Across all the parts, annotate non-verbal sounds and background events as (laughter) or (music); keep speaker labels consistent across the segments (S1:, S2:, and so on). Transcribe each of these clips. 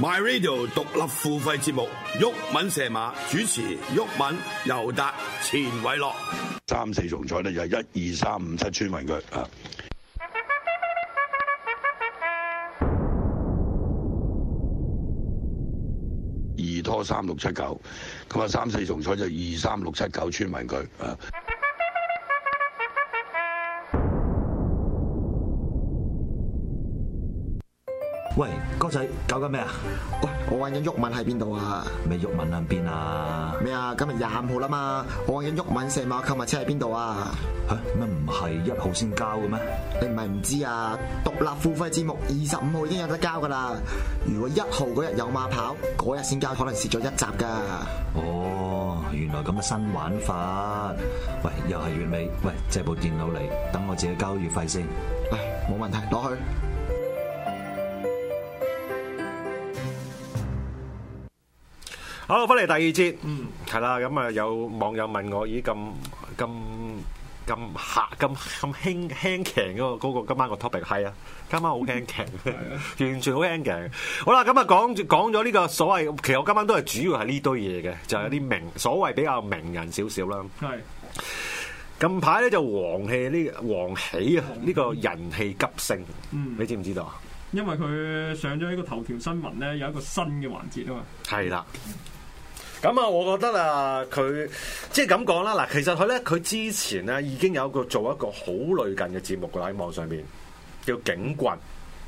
S1: My Radio 獨立付費節目，毓民射馬主持，毓民、尤達、錢偉樂。
S2: 三四重彩咧就係一二三五七村民佢啊。二拖三六七九，咁啊三四重彩就二三六七九村民佢啊。
S3: 喂，哥仔搞緊咩啊？
S4: 喂，我揾緊鬱敏喺邊度啊？
S3: 咩鬱文喺邊啊？
S4: 咩啊？今日廿五號啦嘛，我揾緊鬱敏射馬購物車喺邊度啊？
S3: 嚇乜唔係一號先交嘅咩？
S4: 你唔係唔知啊？獨立付費節目二十五號已經有得交噶啦。如果一號嗰日有馬跑，嗰日先交，可能蝕咗一集噶。
S3: 哦，原來咁嘅新玩法。喂，又係月尾，喂，借部電腦嚟，等我自己交月費先。
S4: 唉，冇問題，攞去。
S5: 好，翻嚟第二節，嗯，係啦，咁啊有網友問我，咦咁咁咁下咁咁輕輕騎嗰個嗰個今晚個 topic 係啊，今晚好輕騎，完全好輕騎。好啦，咁啊講講咗呢個所謂，其實我今晚都係主要係呢堆嘢嘅，就係、有啲名所謂比較名人少少啦。
S6: 係
S5: 近排咧就黃氣呢黃喜啊，呢個人氣急升，
S6: 嗯
S5: 你知唔知道啊？
S6: 因為佢上咗呢個頭條新聞咧，有一個新嘅環節啊嘛。
S5: 係啦。咁啊，我覺得啊，佢即係咁講啦。嗱，其實佢咧，佢之前咧已經有一個做一個好類近嘅節目㗎啦，喺網上邊叫警棍。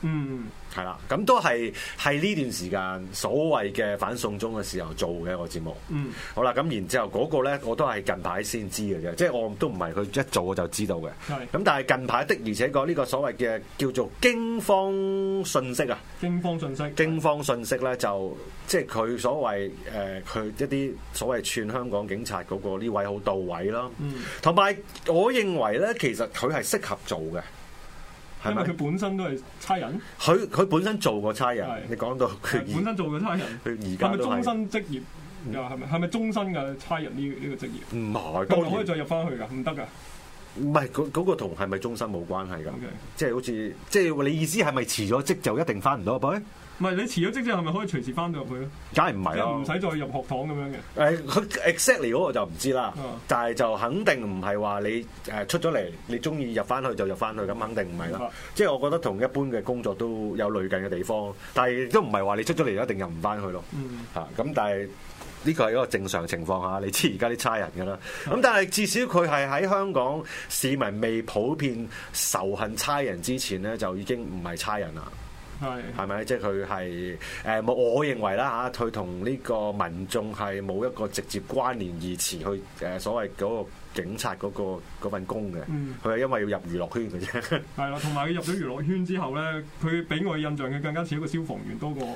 S6: 嗯，
S5: 係啦，咁都係係呢段時間所謂嘅反送中嘅時候做嘅一個節目。
S6: 嗯，
S5: 好啦，咁然之後嗰個咧，我都係近排先知嘅啫，即係我都唔係佢一做我就知道嘅。
S6: 係
S5: 咁，但係近排的而且確呢個所謂嘅叫做驚慌訊息啊，
S6: 驚慌信息。
S5: 驚慌訊息咧就即係佢所謂誒佢、一啲所謂串香港警察嗰、個呢位好到位啦，
S6: 嗯，
S5: 同埋我認為咧其實佢係適合做嘅，係
S6: 因為
S5: 咪
S6: 佢？本身都係差人，
S5: 佢佢本身做過差人
S6: 係，
S5: 你講到佢
S6: 本
S5: 而
S6: 身做嘅差人，
S5: 佢而
S6: 係
S5: 家
S6: 咪
S5: 都
S6: 終
S5: 係
S6: 身職業？又係咪係咪終身嘅差人呢呢個職業？
S5: 唔係
S6: 佢
S5: 當
S6: 咪可以
S5: 然
S6: 再入翻去㗎？唔得㗎。
S5: 唔係嗰嗰個同係咪終身冇關係㗎
S6: OK，
S5: 即係好似即係你意思係咪辭咗職就一定翻唔到入去？
S6: 唔係你辭咗職之後，係咪可以隨時翻到入去咧？
S5: 梗係唔係啊
S6: 即係唔
S5: 啦
S6: 使。再入學堂咁樣嘅。
S5: 誒佢 exactly 嗰個就唔知啦
S6: 嗯，
S5: 但係就肯定唔係話你誒出咗嚟，你中意入翻去就入翻去，咁肯定唔係啦
S6: 嗯。
S5: 即係我覺得同一般嘅工作都有類近嘅地方，但係亦都唔係話你出咗嚟一定入唔翻去咯。
S6: 嗯。
S5: 嚇咁，但係呢個係一個正常情況下，你知而家啲差人㗎啦。咁但係至少佢係喺香港市民未普遍仇恨差人之前咧，就已經唔係差人啦。
S6: 係
S5: 係咪？即係佢係誒冇，我認為啦嚇，佢同呢個民眾係冇一個直接關聯而辭去誒、呃所謂嗰個警察嗰、個嗰份工嘅
S6: 嗯。
S5: 佢係、因為要入娛樂圈嘅啫，
S6: 係啦，同埋佢入咗娛樂圈之後咧，佢俾我嘅印象佢更加似一個消防員多過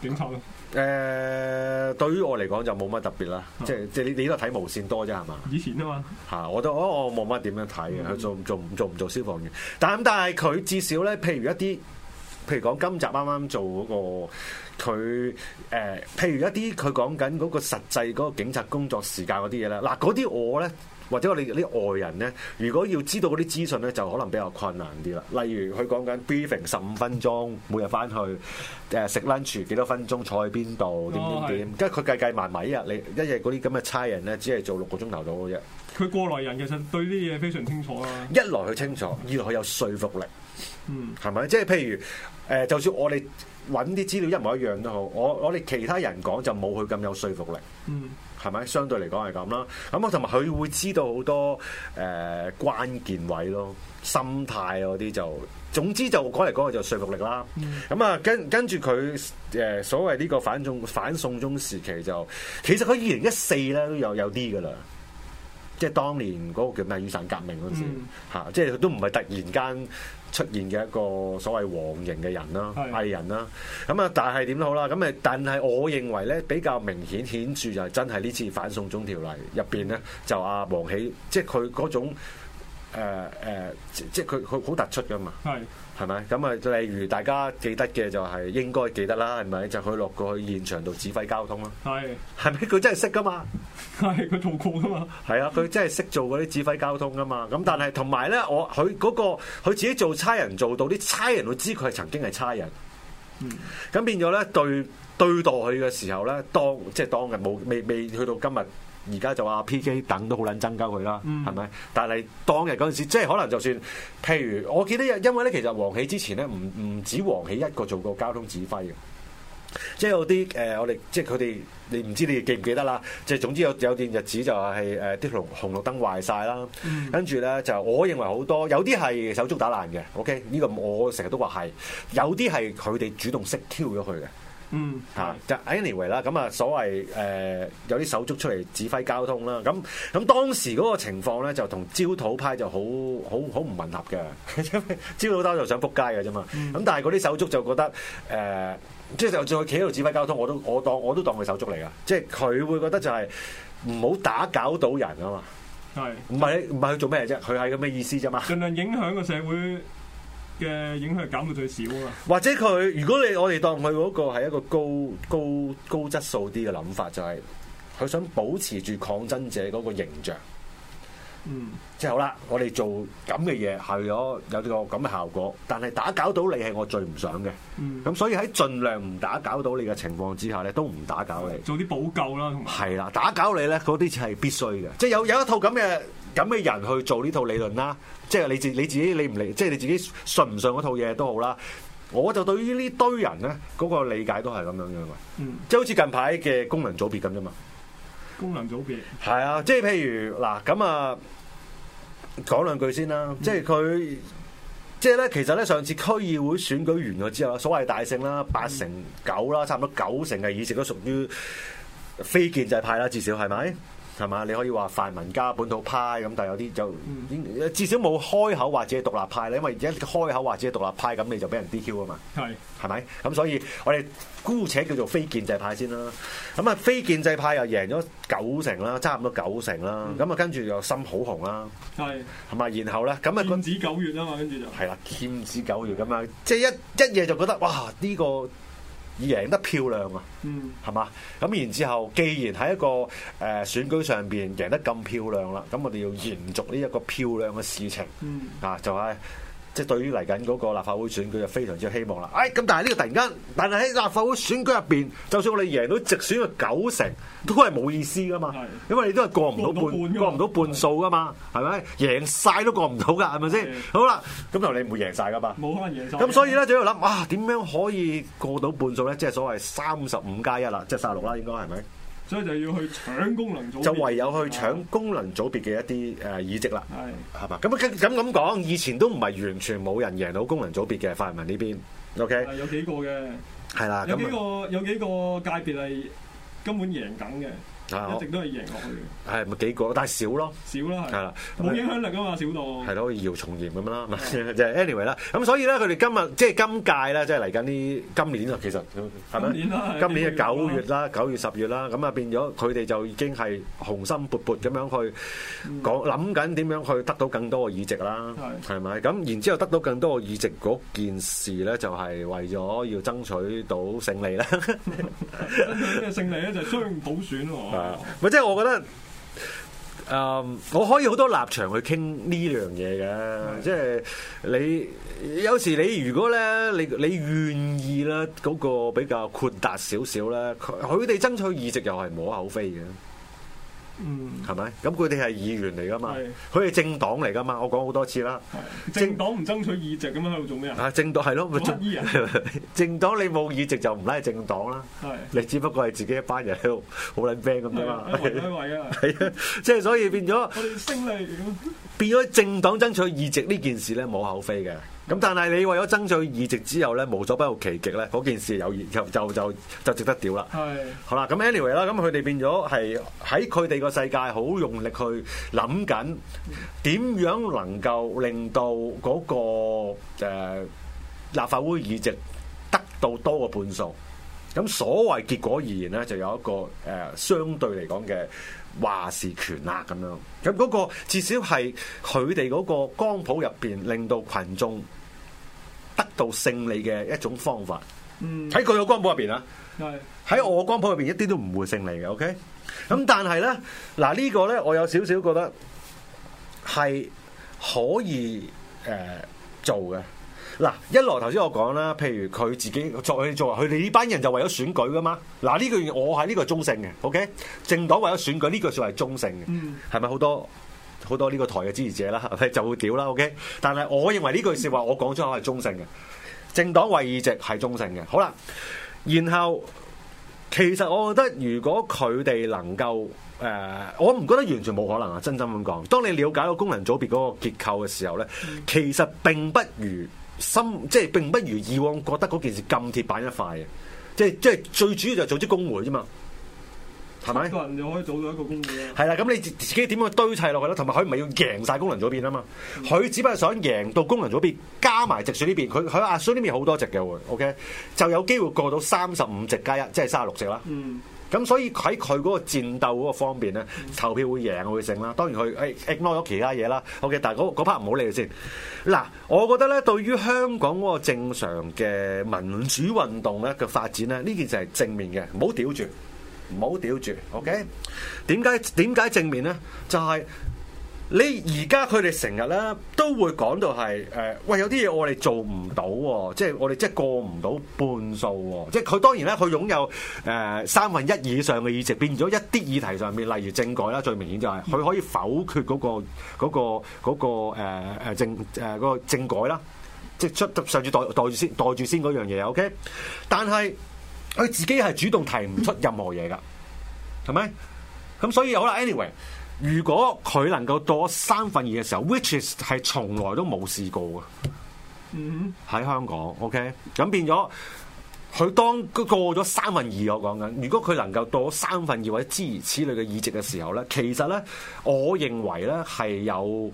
S6: 警察咯。
S5: 誒、對於我嚟講就冇乜特別啦，
S6: 嗯
S5: 即係即係你你都係睇無線多啫係嘛？
S6: 以前啊嘛，
S5: 嚇！我都哦我我冇乜點樣睇嘅，佢做唔做唔做唔做消防員，但咁但係佢至少咧，譬如一啲，譬如講今集啱啱做嗰、個佢誒、呃譬如一啲佢講緊嗰個實際嗰個警察工作時間嗰啲嘢啦，嗱嗰啲我咧。或者我哋啲外人咧，如果要知道嗰啲資訊咧，就可能比較困難啲啦。例如佢講緊 briefing 十五分鐘，每日翻去誒食 lunch 幾多分鐘，坐喺邊度點點點，跟住佢計計埋埋一日，你一日嗰啲咁嘅差人咧，只係做六個鐘頭到嘅啫。
S6: 佢過來人其實對呢啲嘢非常清楚啦。
S5: 一來佢清楚，二來佢有說服力，
S6: 嗯，
S5: 係咪？即係譬如誒、呃就算我哋揾啲資料一模一樣都好，我我哋其他人講就冇佢咁有說服力，
S6: 嗯，
S5: 係咪？相對嚟講係咁啦。咁啊我同埋佢會知道好多誒、呃、關鍵位咯，心態嗰啲就總之就講嚟講去就說服力啦。咁啊、跟跟住佢誒所謂呢個反送反送中時期就其實佢二零一四咧都有有啲噶啦。即係當年嗰個叫咩雨傘革命嗰陣時
S6: 嗯
S5: 嚇即係佢都唔係突然間出現嘅一個所謂黃型嘅人啦、
S6: 係
S5: 藝人啦。咁啊，但係點都好啦，咁誒，但係我認為咧比較明顯顯著就係真係呢次反送中條例入邊咧，就阿黃喜即係佢嗰種。誒誒、即即係佢佢好突出噶嘛，
S6: 係
S5: 係咪？咁啊，例如大家記得嘅就係應該記得啦，係咪？就佢落過去現場度指揮交通啦，
S6: 係
S5: 係咪？佢真係識噶嘛？
S6: 係佢做過噶嘛。
S5: 係啊，佢真係識做嗰啲指揮交通噶嘛。咁但係同埋咧，我佢嗰、個佢自己做差人做到啲差人會知佢係曾經係差人，咁變咗咧對對待佢嘅時候咧，當即係當日冇未未去到今日。而家就話 P.K. 等都好撚增加佢啦，
S6: 嗯
S5: 係咪、但係當日嗰陣時，即係可能就算，譬如我記得，因為咧其實黃喜之前咧，唔唔止黃喜一個做過交通指揮嘅，即係有啲誒、呃我哋即係佢哋，你唔知你哋記唔記得啦？即係總之有有段日子就係誒啲紅紅綠燈壞晒啦，
S6: 嗯
S5: 跟住咧就我認為好多有啲係手足打爛嘅，OK 呢個我成日都話係，有啲係佢哋主動識挑咗佢嘅。
S6: 嗯，
S5: 嚇，就啊 anyway 啦，咁啊所謂誒、呃有啲手足出嚟指揮交通啦，咁咁當時嗰個情況咧就同焦土派就好好好唔吻合嘅， (laughs) 因為焦土派就想撲街嘅啫嘛，咁、但係嗰啲手足就覺得誒。呃即係就再企喺度指揮交通，我都我當我都當佢手足嚟噶，即係佢會覺得就係唔好打攪到人啊嘛，
S6: 係
S5: 唔係唔係佢做咩啫，佢係咁嘅意思啫嘛。
S6: 盡量影響個社會嘅影響減到最少啊嘛。
S5: 或者佢，如果你我哋當佢嗰個係一個高高高質素啲嘅諗法，就係、佢想保持住抗爭者嗰個形象。
S6: 嗯，
S5: 即係好啦，我哋做咁嘅嘢係咗有呢個咁嘅效果，但係打攪到你係我最唔想嘅。
S6: 嗯
S5: 咁所以喺盡量唔打攪到你嘅情況之下咧，都唔打攪你。
S6: 做啲補救啦，同埋
S5: 係啦，打攪你咧，嗰啲係必須嘅，即係有有一套咁嘅咁嘅人去做呢套理論啦。即係你自你自己理唔理，即係你自己信唔信嗰套嘢都好啦。我就對於呢堆人咧，嗰、個理解都係咁樣樣嘅，
S6: 嗯
S5: 即係好似近排嘅功能組別咁啫嘛。
S6: 功能組別，
S5: 係啊，即係譬如嗱咁啊，講兩句先啦，即係佢。即係咧，其實咧，上次區議會選舉完咗之後啦，所謂大勝啦，八成九啦，差唔多九成嘅議席都屬於非建制派啦，至少係咪？係嘛？你可以話泛民加本土派咁，但係有啲就至少冇開口或者係獨立派啦，因為而家開口或者係獨立派咁，你就俾人 DQ 啊嘛。
S6: 係
S5: 係咪？咁所以我哋姑且叫做非建制派先啦。咁啊，非建制派又贏咗九成啦，差唔多九成啦。咁啊、跟住又心好紅啦，
S6: 係
S5: 係嘛？然後咧，咁啊，
S6: 劍
S5: 嗰
S6: 指九月啊嘛，跟住就
S5: 係啦，劍指九月咁啊，即係一一夜就覺得哇，呢、個贏得漂亮啊！
S6: 嗯
S5: 係嘛？咁然之後，既然喺一個誒、呃、選舉上邊贏得咁漂亮啦，咁我哋要延續呢一個漂亮嘅事情。
S6: 嗯
S5: 啊，就係、即係對於嚟緊嗰個立法會選舉就非常之有希望啦。哎，咁但係呢個突然間，但係喺立法會選舉入邊，就算我哋贏到直選嘅九成，都係冇意思噶嘛
S6: 係，
S5: 因為你都係過唔到
S6: 過唔到半
S5: 半，
S6: 㗎
S5: 過唔到半數噶嘛，係咪？贏晒都過唔到㗎，係咪先
S6: 係？
S5: 好啦，咁就你唔會贏晒㗎嘛。
S6: 冇可能贏晒。
S5: 咁所以咧就要諗啊，點樣可以過到半數咧？即係所謂三十五加一啦，即係三十六啦，應該係咪？
S6: 所以就要去搶功能組別，
S5: 就唯有去搶功能組別嘅一啲誒議席啦。
S6: 係
S5: 係嘛？咁啊咁咁咁講，以前都唔係完全冇人贏到功能組別嘅泛民呢邊，OK
S6: 係有幾個嘅，
S5: 係啦。
S6: 有幾
S5: 咁啊
S6: 個有幾個界別係根本贏緊嘅，
S5: 啊
S6: 一直都係贏落去
S5: 係咪幾個？但係少咯，
S6: 嘅，少啦
S5: 係
S6: 係。
S5: 啦。
S6: 冇影響力啊嘛，小到
S5: 係咯，好似姚松炎咁樣啦，咪 (laughs) 就係 anyway 啦。咁所以咧，佢哋今日即係今屆咧，即係嚟緊呢今年啊，其實係咪？
S6: 今年啦係
S5: 今年嘅九月啦、九月、十月啦，咁啊變咗佢哋就已經係雄心勃勃咁樣去講諗緊點樣去得到更多嘅議席啦，
S6: 嗯係
S5: 係咪？咁然之後得到更多嘅議席嗰件事咧，就係為咗要爭取到勝利啦。
S6: 跟住呢個勝利咧就係雙普選喎
S5: 啊，咪即係我覺得。誒、我可以好多立場去傾呢樣嘢
S6: 嗯
S5: 嘅，即係你有時你如果咧，你你願意咧嗰個比較豁達少少咧，佢佢哋爭取議席又係無可厚非嘅，
S6: 嗯
S5: 係咪？咁佢哋係議員嚟噶嘛
S6: 係，
S5: 佢哋政黨嚟噶嘛，我講好多次啦。
S6: 係政黨唔爭取議席咁樣喺度做咩啊？
S5: 啊，政黨係咯，咪
S6: 做乞衣啊
S5: (laughs) 政黨你冇議席就唔拉係政黨啦，
S6: 係
S5: 你只不過係自己一班人喺度好撚 friend 咁啫
S6: 係
S5: 嘛
S6: 啊，一圍一圍啊！
S5: 係啊，即係所以變咗。
S6: 我哋勝利
S5: 變咗政黨爭取議席呢件事咧冇口非嘅，咁但係你為咗爭取議席之後咧無所不用其極咧，嗰件事有就就就就值得屌啦。
S6: 係
S5: 好啦，咁 anyway 啦，咁佢哋變咗係喺佢哋個世界好用力去諗緊點樣能夠令到嗰、個、呃、立法會議席得到多過半數。咁所謂結果而言咧，就有一個誒、呃相對嚟講嘅話事權啦咁樣。咁嗰個至少係佢哋嗰個光譜入邊，令到群眾得到勝利嘅一種方法。
S6: 嗯
S5: 喺佢個光譜入邊啊！
S6: 係
S5: 喺我光譜入邊一啲都唔會勝利嘅，OK？咁但係咧，嗱、呢個咧，我有少少覺得係可以誒、呃做嘅。嗱，一來頭先我講啦，譬如佢自己作佢做，佢哋呢班人就為咗選舉噶嘛。嗱，呢句我係呢個係中性嘅，OK？政黨為咗選舉呢句説話係中性
S6: 嗯
S5: 嘅，係咪好多？好多呢個台嘅支持者啦， (laughs) 係咪就會屌啦？OK，但係我認為呢句説話我講出口係中性嘅，政黨為議席係中性嘅。好啦，然後其實我覺得，如果佢哋能夠誒、呃我唔覺得完全冇可能啊！真心咁講，當你了解個功能組別嗰個結構嘅時候咧，其實並不如心，即係並不如以往覺得嗰件事咁鐵板一塊嘅，即係即係最主要就係組織工會啫嘛，係咪
S6: 一？個人就可以組到一個工會啊。
S5: 係啦，咁你自自己點樣堆砌落去咧？同埋佢唔係要贏晒功能組別啊嘛，佢只不過想贏到功能組別加埋直選呢邊，佢佢阿選呢邊好多席嘅會，OK，就有機會過到三十五席加一，即係三十六席啦。
S6: 嗯，
S5: 咁所以喺佢嗰個戰鬥嗰個方面咧，投票會贏會勝啦。當然佢誒 ignore 咗其他嘢啦。OK，但係嗰嗰 part 唔好理佢先。嗱，我覺得咧，對於香港嗰個正常嘅民主運動咧嘅發展咧，呢件就係正面嘅，唔好屌住，唔好屌住。OK，點解點解正面咧？就係、你而家佢哋成日咧都會講到係誒、呃喂有啲嘢我哋做唔到喎，即係我哋即係過唔到半數喎，即係佢當然咧佢擁有誒、呃三分一以上嘅議席，變咗一啲議題上面，例如政改啦，最明顯就係佢可以否決嗰、個嗰、個嗰、個誒、呃政誒嗰、個政改啦，即係出上住袋袋住先袋住先嗰樣嘢，OK，但係佢自己係主動提唔出任何嘢㗎，係咪？咁所以好啦，anyway，如果佢能夠到咗三分二嘅時候，which is 係從來都冇試過嘅
S6: 嗯
S5: 喺香港，OK，咁變咗佢當過咗三分二，我講緊，如果佢能夠到咗三分二或者諸如此類嘅議席嘅時候咧，其實咧，我認為咧係有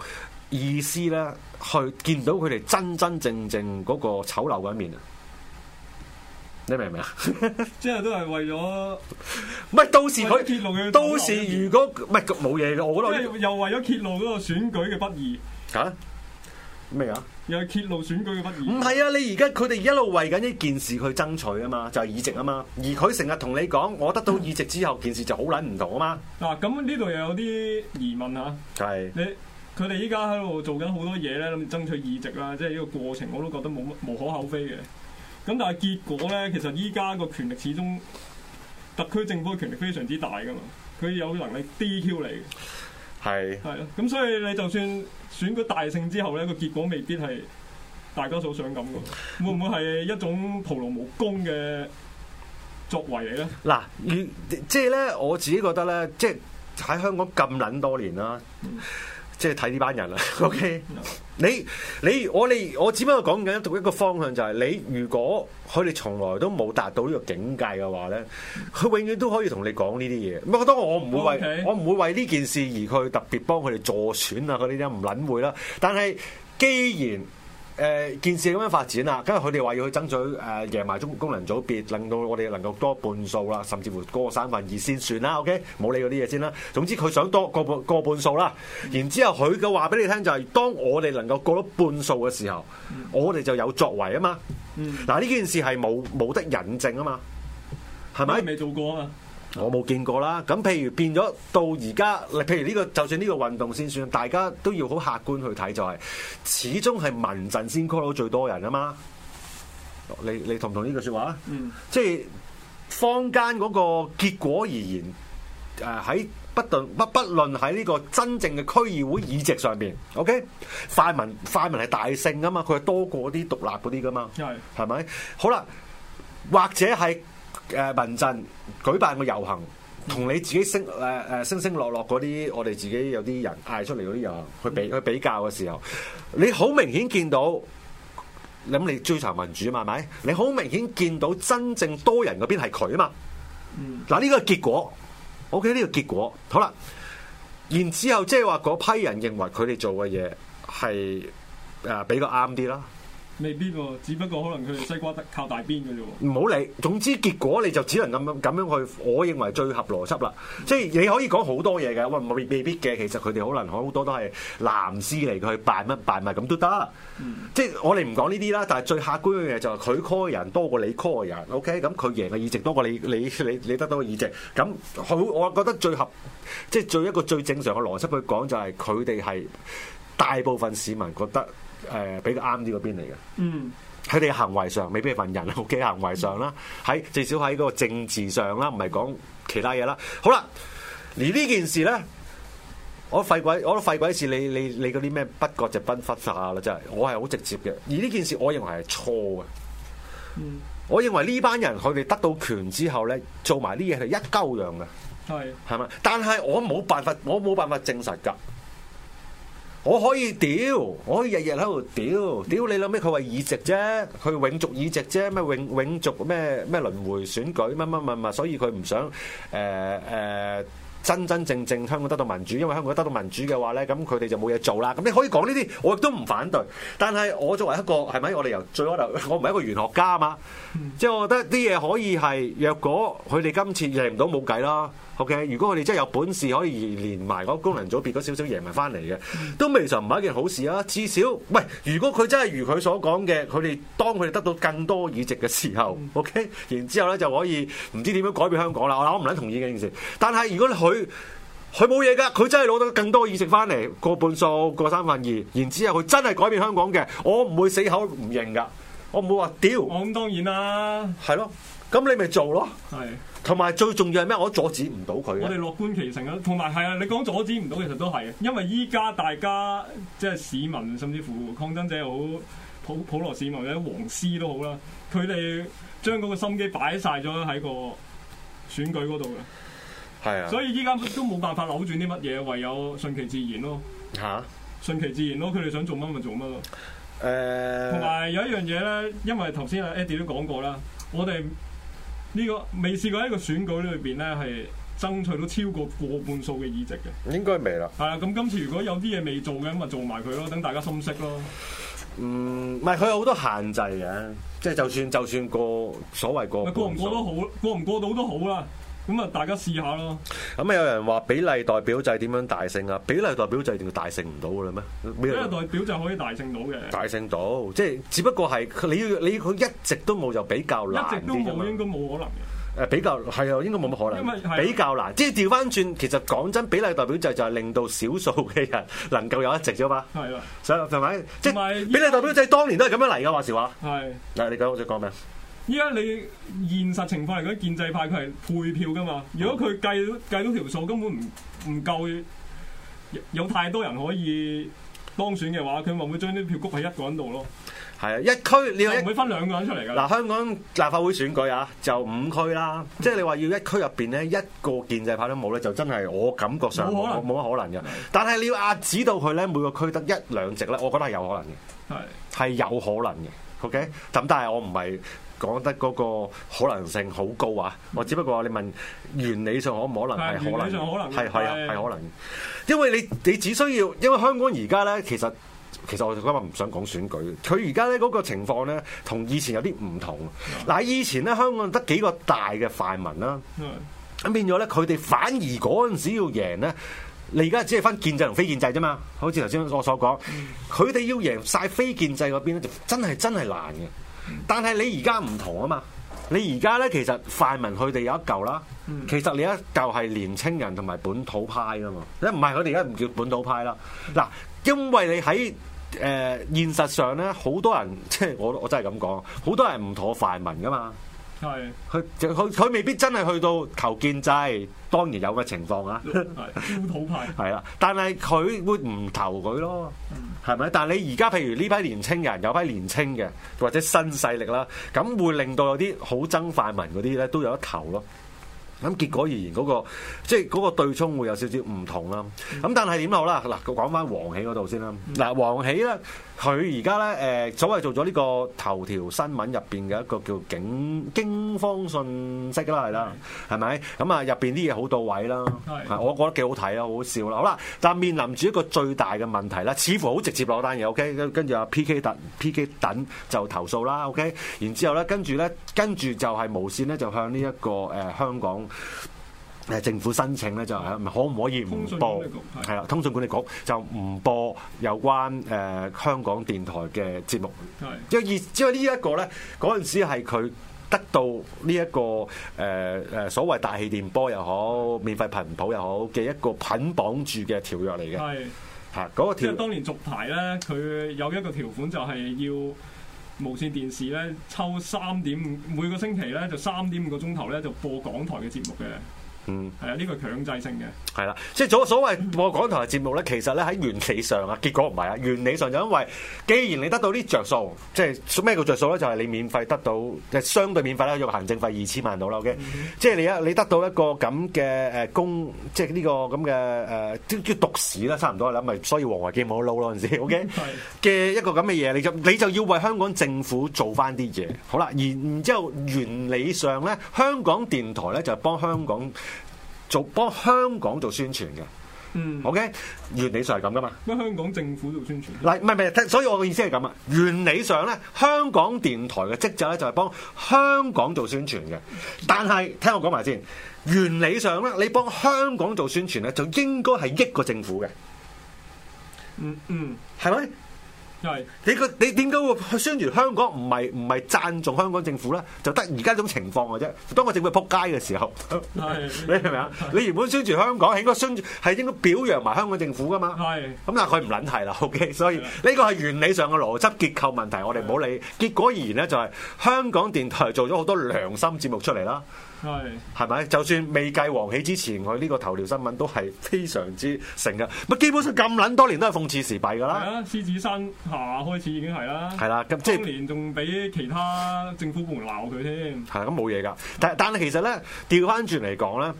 S5: 意思咧，去見到佢哋真真正正嗰個醜陋嘅一面啊！你明唔明 (laughs) 啊？
S6: 即係都係為咗，
S5: 唔係到時
S6: 為咗揭露
S5: 佢，
S6: 佢嘅醜陋
S5: 到時如果唔係冇嘢嘅，我覺得呢
S6: 即係又為咗揭露嗰個選舉嘅不義，
S5: 嚇咩啊？
S6: 又係揭露選舉嘅不義。
S5: 唔係啊！你而家佢哋一路為緊一件事去爭取啊嘛，就係、議席啊嘛。而佢成日同你講，我得到議席之後，件事就好撚唔同啊嘛。
S6: 嗱，咁呢度又有啲疑問啊嚇，
S5: 係
S6: 你佢哋依家喺度做緊好多嘢咧，諗住爭取議席啦，即係呢個過程我都覺得冇乜無可厚非嘅。咁但係結果咧，其實依家個權力始終特區政府嘅權力非常之大噶嘛，佢有能力 DQ 你嘅，
S5: 係
S6: 係咯。咁所以你就算選舉大勝之後咧，個結果未必係大家所想咁嘅，會唔會係一種徒勞無功嘅作為嚟咧？
S5: 嗱，如即係咧，我自己覺得咧，即係喺香港咁撚多年啦，即係睇呢班人啦。OK，你你我哋我只不過講緊一個方向，就係、你如果佢哋從來都冇達到呢個境界嘅話咧，佢永遠都可以同你講呢啲嘢。不過當然我唔會為
S6: OK
S5: 我唔會為呢件事而去特別幫佢哋助選啊嗰啲咧，唔撚會啦。但係既然誒、件事咁樣發展啦，跟住佢哋話要去爭取誒、贏埋中功能組別，令到我哋能夠多半數啦，甚至乎過三分二先算啦。OK，冇理嗰啲嘢先啦。總之佢想多過半過半數啦。然之後佢嘅話俾你聽就係、當我哋能夠過到半數嘅時候，我哋就有作為啊嘛。
S6: 嗯
S5: 嗱呢件事係冇冇得引證啊嘛，係咪
S6: 因為？未做過啊嘛？
S5: 我冇見過啦。咁譬如變咗到而家，譬如呢、個就算呢個運動先算，大家都要好客觀去睇，就係、始終係民陣先 call 到最多人啊嘛。你你同唔同呢句説話啊？
S6: 嗯
S5: 即係坊間嗰個結果而言，誒、喺不論不不論喺呢個真正嘅區議會議席上邊，OK，泛民泛民係大勝噶嘛，佢係多過啲獨立嗰啲噶嘛，
S6: 係
S5: 係咪？好啦，或者係誒民陣舉辦個遊行。同你自己升誒誒、升升落落嗰啲，我哋自己有啲人嗌出嚟嗰啲遊行，去比去比較嘅時候，你好明顯見到咁你追求民主嘛，係咪？你好明顯見到真正多人嗰邊係佢啊嘛。嗱，呢個係結果，OK，呢個結果好啦。然之後即係話嗰批人認為佢哋做嘅嘢係誒比較啱啲啦，
S6: 未必喎，只不過可能佢哋西瓜得靠大邊嘅啫喎。
S5: 唔好理。總之結果你就只能咁樣咁樣去，我認為最合邏輯啦。即係你可以講好多嘢嘅，喂未未必嘅。其實佢哋可能好多都係藍絲嚟，佢扮乜扮乜咁都得。即係我哋唔講呢啲啦，但係最客觀嘅嘢就係佢 call 嘅人多過你 call 嘅人，OK？咁佢贏嘅議席多過你，你你你得到嘅議席，咁佢我覺得最合，即係最一個最正常嘅邏輯去講就係佢哋係大部分市民覺得誒比較啱啲嗰邊嚟嘅。
S6: 嗯，
S5: 佢哋行為上未必係份人，OK 行為上啦，喺至少喺嗰個政治上啦，唔係講其他嘢啦。好啦，而呢件事咧，我廢鬼，我都廢鬼事，你你你嗰啲咩不割就不忽下啦，真係，我係好直接嘅。而呢件事，我認為係錯嘅。
S6: 嗯
S5: 我認為呢班人佢哋得到權之後咧，做埋啲嘢係一鳩樣嘅。
S6: 係
S5: 係咪？但係我冇辦法，我冇辦法證實㗎。我可以屌，我可以日日喺度屌，屌你諗咩？佢話議席啫，佢永續議席啫，咩永永續咩咩輪迴選舉乜乜乜乜，所以佢唔想誒誒。呃呃真真正正香港得到民主，因為香港得到民主嘅話咧，咁佢哋就冇嘢做啦。咁你可以講呢啲，我亦都唔反對。但係我作為一個係咪，我哋由最開頭，我唔係一個玄學家嘛， (laughs) 即係我覺得啲嘢可以係，若果佢哋今次贏唔到冇計啦。OK，如果佢哋真係有本事可以連埋嗰個功能組別嗰少少贏埋翻嚟嘅，都未嘗唔係一件好事啊！至少，喂，如果佢真係如佢所講嘅，佢哋當佢哋得到更多議席嘅時候，OK，然之後咧就可以唔知點樣改變香港啦。我我唔撚同意嘅呢件事，但係如果佢佢冇嘢噶，佢真係攞到更多議席翻嚟，過半數，過三分二，然之後佢真係改變香港嘅，我唔會死口唔認噶，我唔會話屌，
S6: 我哦咁當然啦，
S5: 係咯，咁你咪做咯。
S6: 係
S5: 同埋最重要係咩？我阻止唔到佢
S6: 我
S5: 嘅。
S6: 哋樂觀其成啦，同埋係啊，你講阻止唔到，其實都係嘅，因為依家大家即係市民，甚至乎抗爭者又好，普普羅市民或者黃絲都好啦，佢哋將嗰個心機擺晒咗喺個選舉嗰度嘅，
S5: 係啊
S6: 所以依家都冇辦法扭轉啲乜嘢，唯有順其自然咯，
S5: 嚇
S6: 順其自然咯，佢哋想做乜咪做乜咯。同
S5: 誒
S6: 埋有一樣嘢咧，因為頭先阿 Eddie 都講過啦，我哋呢、個未試過喺一個選舉裏邊咧係爭取到超過過半數嘅議席嘅。
S5: 應該未啦。
S6: 係啦，咁今次如果有啲嘢未做嘅，咁咪做埋佢咯，等大家心息咯。
S5: 嗯，唔係佢有好多限制嘅，即係就算就算過所謂過
S6: 咪過唔過都好，過唔過到都好啦。咁啊，大家試下咯。
S5: 咁有人話比例代表制點樣大勝啊？比例代表制一定要大勝唔到嘅啦咩？比
S6: 因
S5: 例
S6: 為代表就可以大勝到嘅，
S5: 大勝到，即係只不過係佢你要你佢一直都冇就比較難
S6: 一直都
S5: 啲啫
S6: 冇，應
S5: 嘛。
S6: 該冇可能
S5: 誒
S6: 嘅。
S5: 比較係啊，應該冇乜可
S6: 因為係啊
S5: 能，比較難。即係調翻轉，其實講真，比例代表制就係令到少數嘅人能夠有一席啫嘛。
S6: 係啦，
S5: 所以係咪？即
S6: 同埋
S5: 係比例代表制當年都係咁樣嚟噶話時話。
S6: 係。
S5: 嗱，你講我想講咩？
S6: 依家你現實情況嚟講，建制派佢係配票噶嘛？如果佢計計到條數，根本唔唔夠，有有太多人可以當選嘅話，佢咪會將啲票谷喺一個人度咯，
S5: 係啊，一區你
S6: 就
S5: 有一
S6: 唔會分兩個人出嚟㗎啦。
S5: 嗱，香港立法會選舉啊，就五區啦，即係你話要一區入邊咧一個建制派都冇咧，就真係我感覺上
S6: 冇
S5: 冇
S6: 可能
S5: 冇乜可能嘅。但係你要壓止到佢咧，每個區得一兩席咧，我覺得係有可能嘅，
S6: 係
S5: 係有可能嘅。OK，咁但係我唔係講得嗰個可能性好高啊，我只不過話你問原理上可唔可能係
S6: 係
S5: 可
S6: 原理上可
S5: 能
S6: 能
S5: 嘅，係係啊
S6: 係
S5: 係可能嘅，因為你你只需要，因為香港而家咧其實。其實我今日唔想講選舉，佢而家咧嗰個情況咧，同以前有啲唔同。嗱，以前咧香港得幾個大嘅泛民啦，
S6: 係
S5: 咁變咗咧佢哋反而嗰陣時要贏咧，你而家只係分建制同非建制啫嘛。好似頭先我所講，佢哋要贏晒非建制嗰邊咧，就真係真係難嘅。但係你而家唔同啊嘛，你而家咧其實泛民佢哋有一嚿啦，其實你一嚿係年青人同埋本土派噶嘛，一唔係佢哋而家唔叫本土派啦。嗱，因為你喺誒、呃、現實上咧，好多人即係我我真係咁講，好多人唔妥泛民噶嘛。
S6: 係
S5: 佢佢佢未必真係去到求建制，當然有嘅情況啊，
S6: 係焦土派。
S5: 係啦。但係佢會唔投佢咯，係咪？但係你而家譬如呢批年青人，有批年青嘅或者新勢力啦，咁會令到有啲好憎泛民嗰啲咧都有得投咯。咁結果而言嗰、個即係嗰個對沖會有少少唔同啦。咁但係點都好啦，嗱講翻黃喜嗰度先啦。嗱黃喜咧，佢而家咧誒所謂做咗呢個頭條新聞入邊嘅一個叫警驚慌訊息啦，係啦，係咪？咁啊入邊啲嘢好到位啦，
S6: 係
S5: 係我覺得幾好睇啦，好好笑啦。好啦，但面臨住一個最大嘅問題啦，似乎好直接落單嘢，OK，跟跟住啊 PK 等 PK 等就投訴啦，OK，然之後咧跟住咧跟住就係無線咧就向呢、一個誒、呃香港。誒政府申請咧就係可唔可以唔
S6: 嗯通訊管
S5: 播
S6: 理局？係
S5: 係啦，通訊管理局就唔播有關誒、呃香港電台嘅節目，
S6: 係
S5: 因為因為呢一個咧嗰陣時係佢。得到呢、一個誒誒、呃所謂大氣電波又好，免費頻譜又好嘅一個捆綁住嘅條約嚟嘅，
S6: 係
S5: 嚇嗰個
S6: 啊即係
S5: 條
S6: 當年續牌咧，佢有一個條款就係要無線電視咧抽三點五每個星期咧就三點五個鐘頭咧就播港台嘅節目嘅。
S5: 嗯，
S6: 係啊，呢個係強制性嘅。
S5: 係啦，即係所所謂播港台嘅節目咧，其實咧喺原理上啊，結果唔係啊，原理上就因為既然你得到啲着數，即係咩叫着數咧？就係、你免費得到，即係相對免費啦，用行政費二千萬到啦，OK，、即係你一你得到一個咁嘅誒公，即係呢個咁嘅誒都叫獨市啦，差唔多啦，咪所以黃華基冇得撈咯嗰陣時，OK。
S6: 係。
S5: 嘅一個咁嘅嘢，你就你就要為香港政府做翻啲嘢。好啦，然然之後原理上咧，香港電台咧就係幫香港做幫香港做宣傳嘅。
S6: 嗯，
S5: OK，原理上係咁噶嘛。
S6: 咁香港政府做宣傳，
S5: 嗱，唔係唔係，所以我嘅意思係咁啊。原理上咧，香港電台嘅職責咧就係幫香港做宣傳嘅。但係聽我講埋先，原理上咧，你幫香港做宣傳咧，就應該係益個政府嘅，
S6: 嗯嗯，
S5: 係咪？
S6: 係
S5: 你個你點解會去宣傳香港唔係唔係贊助香港政府咧？就得而家種情況嘅啫。當個政府係撲街嘅時候， (laughs)
S6: (laughs)
S5: 你
S6: 係
S5: 明唔明啊？你原本宣傳香港係應該宣傳係應該表揚埋香港政府噶嘛？
S6: 係
S5: 咁但係佢唔撚係啦，OK，所 (laughs) 以呢個係原理上嘅邏輯結構問題，我哋唔好理。結果而言咧，就係香港電台做咗好多良心節目出嚟啦，
S6: 係
S5: 係咪？就算未計黃喜之前，佢呢個頭條新聞都係非常之成嘅。咪基本上咁撚多年都係諷刺時弊㗎
S6: 係
S5: 啦，
S6: 啊！獅子山下開始已經係啦，
S5: 係啦，咁即係
S6: 當。年仲俾其他政府部門鬧佢添，
S5: 係咁冇嘢㗎。但但係其實咧，調翻轉嚟講咧，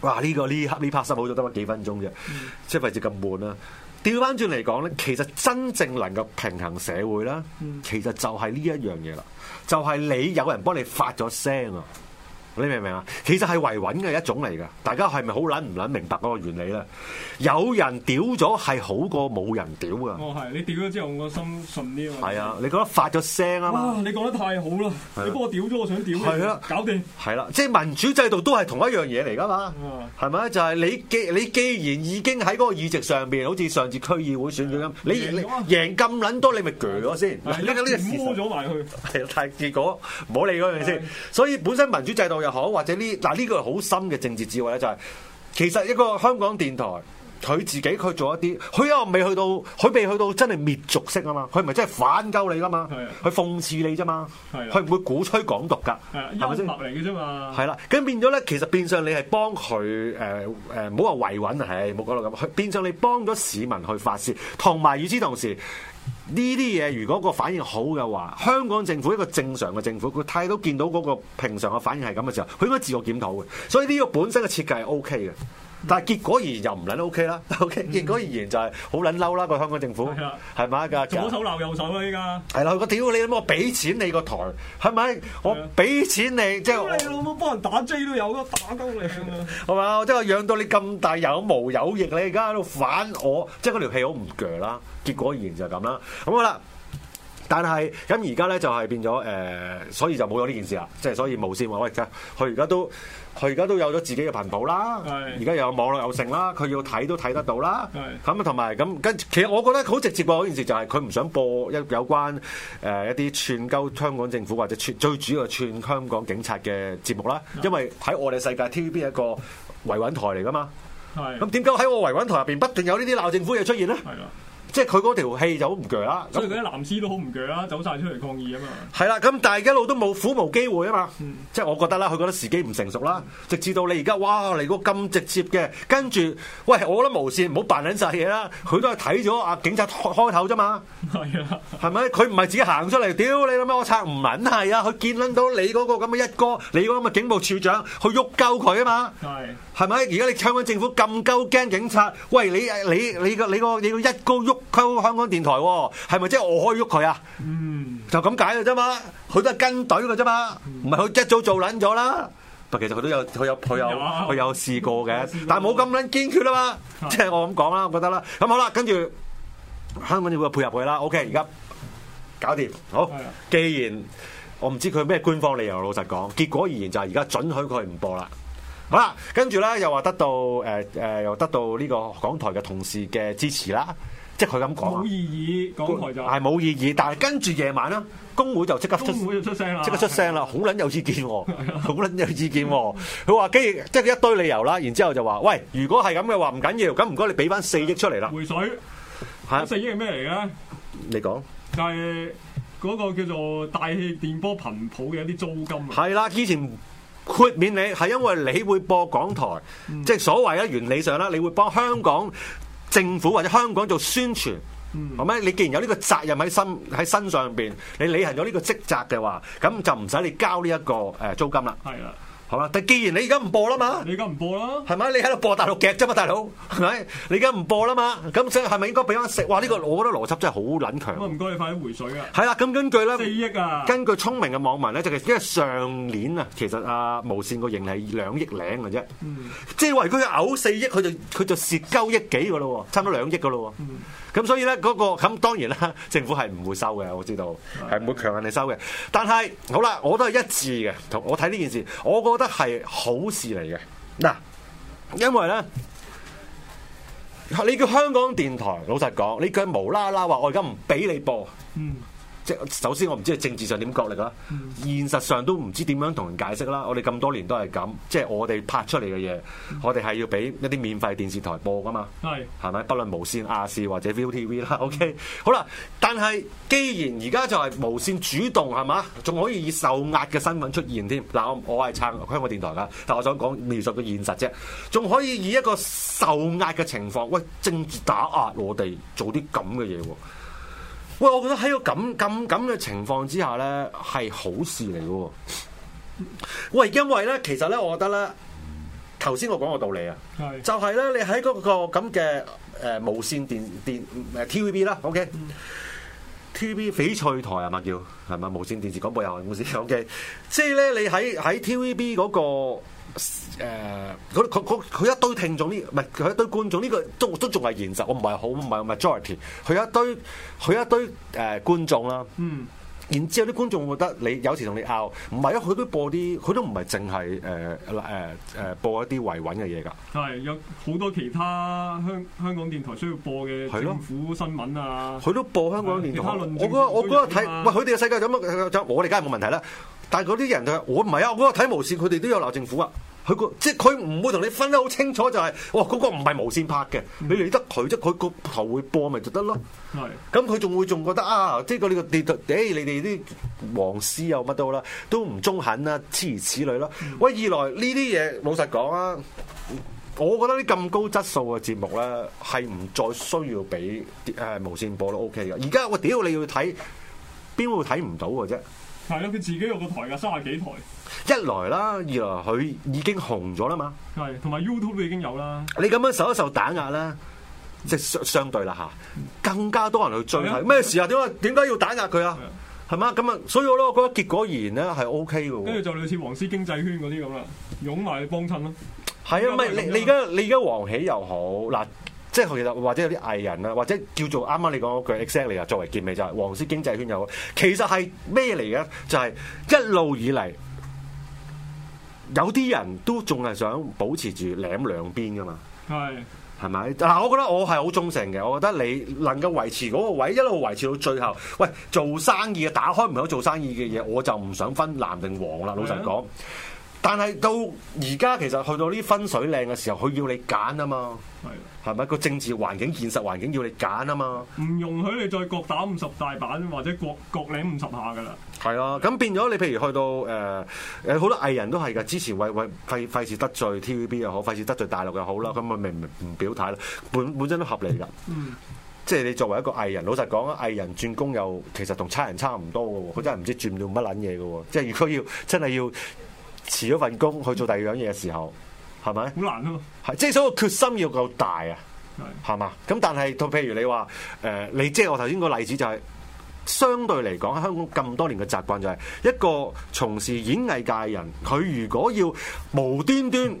S5: 哇！呢、個呢刻呢 part 濕好咗得翻幾分鐘啫，即係費事咁悶啦。調翻轉嚟講咧，其實真正能夠平衡社會啦，其實就係呢一樣嘢啦，就係、你有人幫你發咗聲啊！你明唔明啊？其實係維穩嘅一種嚟㗎，大家係咪好撚唔撚明白嗰個原理咧？有人屌咗係好過冇人屌㗎，
S6: 哦係，你屌咗之後，我個心順啲啊嘛。
S5: 係啊！你覺得發咗聲啊嘛
S6: 哇！？你講得太好啦，你幫我屌咗我想屌
S5: 係啊
S6: 嘅，搞掂。
S5: 係啦，即係民主制度都係同一樣嘢嚟㗎嘛
S6: 嗯，
S5: 係咪？就係你既你既然已經喺嗰個議席上邊，好似上次區議會選舉咁，你
S6: 贏
S5: 你
S6: 咗啊
S5: 贏咁撚多，你咪鋸咗先。
S6: 係啊
S5: 嗱呢個呢個事
S6: 摸
S5: 實
S6: 咗埋去，
S5: 係啦，但係結果唔好理嗰樣嘢先
S6: 係。
S5: 所以本身民主制度又好，或者呢嗱呢個係好深嘅政治智慧咧，就係、其實一個香港電台。佢自己佢做一啲，佢又未去到，佢未去到真係滅族式啊嘛，佢唔係真係反鳩你噶嘛
S6: 係啊，
S5: 佢諷刺你啫嘛，
S6: 係啊
S5: 佢唔會鼓吹港獨㗎，
S6: 係啊，
S5: 係咪
S6: 幽
S5: 先？
S6: 默嚟嘅啫嘛。
S5: 係啊啦，咁變咗咧，其實變相你係幫佢誒誒，唔好話維穩啊，係冇講到咁，佢變相你幫咗市民去發泄，同埋與此同時，呢啲嘢如果個反應好嘅話，香港政府一個正常嘅政府，佢睇到見到嗰個平常嘅反應係咁嘅時候，佢應該自我檢討嘅，所以呢個本身嘅設計係 O K 嘅。
S6: 嗯
S5: 但係結果而言又唔撚 O K 啦，OK，結果而言就係好撚嬲啦個香港政府
S6: 係啦，
S5: 係咪㗎？
S6: 左手鬧右手啦，依家。
S5: 係啦，佢個屌你咁，我俾錢你個台係咪？我
S6: 係啊
S5: 俾錢你即係
S6: 屌
S5: 我
S6: 你。哎老母，幫人打 J 都有啦，打鳩你啊！
S5: 係嘛？即係養到你咁大有毛有翼，你而家喺度反我，即係嗰條氣好唔鋸啦。結果而言就係咁啦。咁好啦。但係咁而家咧就係變咗誒、呃所以就冇咗呢件事啦。即係所以無線話喂，而家佢而家都佢而家都有咗自己嘅頻譜啦，
S6: 係
S5: 而家又有網絡有剩啦，佢要睇都睇得到啦。
S6: 係
S5: 咁啊，同埋咁跟，其實我覺得好直接喎。嗰件事就係佢唔想播一有關誒、呃一啲串鳩香港政府或者串最主要係串香港警察嘅節目啦，因為喺我哋世界 TVB 係一個維穩台嚟噶嘛。
S6: 係
S5: 咁點解喺我維穩台入邊不斷有呢啲鬧政府嘢出現咧？
S6: 係啦，
S5: 即係佢嗰條氣就好唔鋸啦。
S6: 所以
S5: 咁
S6: 嗰啲藍絲都好唔鋸啦，走晒出嚟抗議啊嘛。 (laughs)
S5: 係啦，咁但係一路都冇苦無機會啊嘛，
S6: 嗯
S5: 即係我覺得啦，佢覺得時機唔成熟啦，直至到你而家哇嚟個咁直接嘅，跟住喂，我覺得無線唔好扮撚晒嘢啦，佢都係睇咗啊警察開開頭啫嘛，
S6: 係啊，
S5: 係咪？佢唔係自己行出嚟，屌你諗乜我拆唔撚係啊，佢見撚到你嗰個咁嘅一哥，你嗰個咁嘅警務處長，去喐鳩佢啊嘛。
S6: 係
S5: 係咪？而家你香港政府咁鳩驚警察，喂你你你個你個你個一高喐鳩香港電台喎，係咪即係我可以喐佢啊？
S6: 嗯
S5: 就咁解嘅啫嘛，佢都係跟隊嘅啫嘛，唔係佢一早做撚咗啦。不過其實佢都有佢有佢有
S6: 有啊
S5: 佢有試過嘅
S6: 有試過，
S5: 但係冇咁撚堅決啦嘛，
S6: 啊
S5: 即係我咁講啦，我覺得啦。咁好啦，跟住香港政府就配合佢啦。OK，而家搞掂，好
S6: 係啊。
S5: 既然我唔知佢咩官方理由，老實講，結果而言就係而家准許佢唔播啦。好啦，跟住咧又話得到誒誒、又得到呢個港台嘅同事嘅支持啦。即係佢咁講啊
S6: 冇，意義，港台就
S5: 係冇意義。但係跟住夜晚啦，工會啊就即刻出
S6: 工會就出聲啦，
S5: 即刻出聲啦，好撚有意見喎，好撚有意見喎。佢話跟住即係一堆理由啦，然之後就話：喂，如果係咁嘅話唔緊要，咁唔該你俾翻四億出嚟啦。
S6: 回水。
S5: 係
S6: 四億係咩嚟嘅？
S5: 你講
S6: 就係嗰個叫做大氣電波頻譜嘅一啲租金啊。
S5: 係啦，以前豁免你係因為你會播港台，即係所謂咧啊原理上啦，你會幫香港政府或者香港做宣傳。係咪？你既然有呢個責任喺身喺身上邊，你履行咗呢個職責嘅話，咁就唔使你交呢一個誒租金啦，
S6: 係啦，
S5: 好嘛？但既然你而家唔播啦嘛，
S6: 你而家唔播啦。
S5: 係咪？你喺度播大陸劇啫嘛，大佬係咪？你而家唔播啦嘛，咁所以係咪應該俾翻食？哇！呢、個我覺得邏輯真係好撚
S6: 咁啊，
S5: 強。
S6: 唔該你快啲回水啊！
S5: 係啦，咁根據
S6: 四
S5: 咧，
S6: 億啊！
S5: 根據聰明嘅網民咧，就其實因為上年啊，其實啊無線個盈利係兩億零嘅啫，即係話如果佢嘔四億，佢就佢就蝕鳩億幾嘅咯喎，差唔多兩億嘅咯喎。咁、所以咧嗰、個咁當然啦，政府係唔會收嘅，我知道係唔會強硬你收嘅。但係好啦，我都係一致嘅，同我睇呢件事，我覺得係好事嚟嘅。嗱。因為咧，你叫香港電台，老實講，你佢無啦啦話我而家唔俾你播，
S6: 嗯
S5: 即係首先我唔知係政治上點角力啦，現實上都唔知點樣同人解釋啦。我哋咁多年都係咁，即係我哋拍出嚟嘅嘢，我哋係要俾一啲免費電視台播噶嘛。
S6: 係
S5: 係咪？不論無線、亞視或者 ViuTV 啦，OK，好 (laughs) 啦。但係既然而家就係無線主動係嘛，仲可以以受壓嘅身份出現添。嗱，我我係撐香港電台㗎，但我想講描述個現實啫，仲可以以一個受壓嘅情況，喂，政治打壓我哋做啲咁嘅嘢喎。喂，我覺得喺個咁咁咁嘅情況之下咧，係好事嚟嘅喎。喂，因為咧，其實咧，我覺得咧，頭先我講個道理啊。
S6: 係
S5: 就係咧，你喺嗰個咁嘅誒無線電電誒 TVB 啦，OK。TVB 翡翠台係咪叫係咪無線電視廣播有限公司 (laughs) ？OK，即係咧你喺喺 TVB 嗰、個呃嗰佢佢佢一堆聽眾呢，唔係佢一堆觀眾呢、個都都仲係現實，我唔係好唔係 majority，佢一堆佢一堆誒、呃、觀眾啦。
S6: 嗯
S5: 然之後啲觀眾會覺得你有時同你拗，唔係啊，佢都播啲，佢都唔係淨係誒誒誒播一啲維穩嘅嘢㗎。
S6: 係有好多其他香香港電台需要播嘅
S5: 係咯
S6: 政府新聞啊，
S5: 佢都播香港電
S6: 其
S5: 台，
S6: 他論
S5: 我
S6: 證
S5: 嗰我
S6: 都
S5: 嗰
S6: 有
S5: 日睇，
S6: 㗎嘛
S5: 喂佢哋嘅世界咁樣咁樣，我哋梗係冇問題啦。但係嗰啲人就係我唔係啊，我嗰日睇無線，佢哋都有鬧政府啊。佢個即係佢唔會同你分得好清楚，就係哇嗰個唔係無線拍嘅，
S6: 嗯
S5: 你理得佢啫，佢個頭會播咪就得咯。
S6: 係
S5: 咁佢仲會仲覺得啊，即係個呢個地誒你哋啲黃絲啊又乜都好啦，都唔中肯啦，諸如此類啦。喂，二來呢啲嘢老實講啊，我覺得啲咁高質素嘅節目咧，係唔再需要俾誒無線播都 OK 嘅。而家我屌你要睇，邊會睇唔到嘅啫？
S6: 係咯，佢自己有個台㗎，三十幾台，
S5: 一來啦，二來佢已經紅咗啦嘛，
S6: 係同埋 YouTube 已經有啦。
S5: 你咁樣受一受打壓啦。即係相相對啦嚇，更加多人去追
S6: 係啊
S5: 係咩事啊？點解點解要打壓佢啊
S6: 係啊？
S5: 係嘛？咁啊，所以我咧，我覺得結果而言咧係 O K 嘅
S6: 跟住
S5: 喎。
S6: 就類似黃絲經濟圈嗰啲咁啦，湧埋去幫襯咯。
S5: 係啊，咪
S6: 咁樣
S5: 你你而家你而家黃喜又好嗱，即係其實或者有啲藝人啊啦，或者叫做啱啱你講嗰句 exactly 啊，作為結尾就係黃絲經濟圈又好，其實係咩嚟嘅？就係、一路以嚟有啲人都仲係想保持住舐兩邊噶嘛。
S6: 係
S5: 係咪？嗱，我覺得我係好忠誠嘅，我覺得你能夠維持嗰個位，一路維持到最後。喂，做生意嘅打開唔到做生意嘅嘢，我就唔想分藍定黃啦。老實講，但係到而家其實去到呢分水嶺嘅時候，佢要你揀啊嘛，
S6: 係，
S5: 係咪？個政治環境、現實環境要你揀啊嘛。
S6: 唔容許你再各打五十大板或者各各領五十下㗎啦。
S5: 係啊，咁變咗你譬如去到誒誒好多藝人都係㗎，之前為為費費事得罪 TVB 又好，費事得罪大陸又好啦，咁咪咪咪唔表態啦，本本身都合理㗎。
S6: 嗯
S5: 即係你作為一個藝人，老實講啊，藝人轉工又其實同差人差唔多嘅喎，佢真係唔知轉到乜撚嘢嘅喎。即係如果要真係要辭咗份工去做第二樣嘢嘅時候，係咪？
S6: 好難咯。
S5: 係即係所以個決心要夠大啊！
S6: 係。
S5: 係嘛？咁但係，到譬如你話誒、你即係我頭先個例子就係、相對嚟講，香港咁多年嘅習慣就係、一個從事演藝界嘅人，佢如果要無端端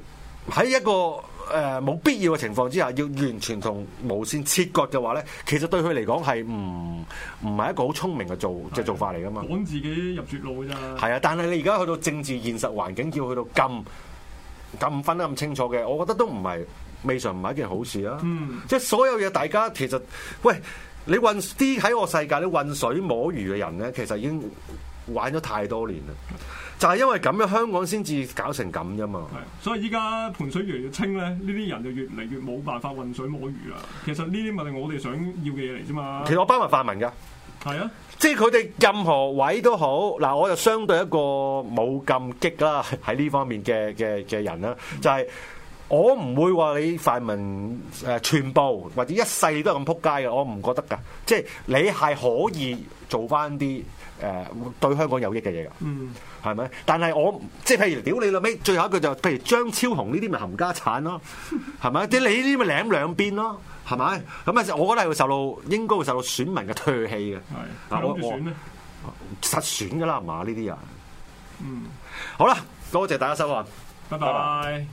S5: 喺一個誒冇、必要嘅情況之下，要完全同無線切割嘅話咧，其實對佢嚟講係唔唔係一個好聰明嘅做嘅做法嚟噶嘛。
S6: 趕自己入絕路㗎咋。
S5: 係啊，但係你而家去到政治現實環境，要去到咁咁分得咁清楚嘅，我覺得都唔係唔未嘗唔係一件好事啊！
S6: 嗯
S5: 即係所有嘢，大家其實喂，你混啲喺我世界，你混水摸魚嘅人咧，其實已經玩咗太多年啦。就係因為咁樣，香港先至搞成咁啫嘛。
S6: 係，所以依家盤水越嚟越清咧，呢啲人就越嚟越冇辦法混水摸魚啦。其實呢啲咪係我哋想要嘅嘢嚟啫嘛
S5: 其。實我包埋泛民㗎。
S6: 係啊，
S5: 即係佢哋任何位都好，嗱，我就相對一個冇咁激啦， (laughs) 喺呢方面嘅嘅嘅人啦，就係、我唔會話你泛民誒、呃全部或者一世你都係咁撲街嘅，我唔覺得㗎。即係你係可以做翻啲誒對香港有益嘅嘢㗎。
S6: 嗯，
S5: 係咪？但係我唔即係譬如屌你老尾，最後一句就譬如張超雄呢啲咪冚家產咯， (laughs) 係咪？即係你呢啲咪舐兩邊咯，係咪？咁啊，我覺得係會受到應該會受到選民嘅唾棄嘅。
S6: 係。
S5: 嗱
S6: 你諗
S5: 我
S6: 住選咧？
S5: 實選噶啦，係嘛？呢啲人
S6: 嗯，
S5: 好啦，多謝大家收看。
S6: 拜
S5: 拜
S6: 拜。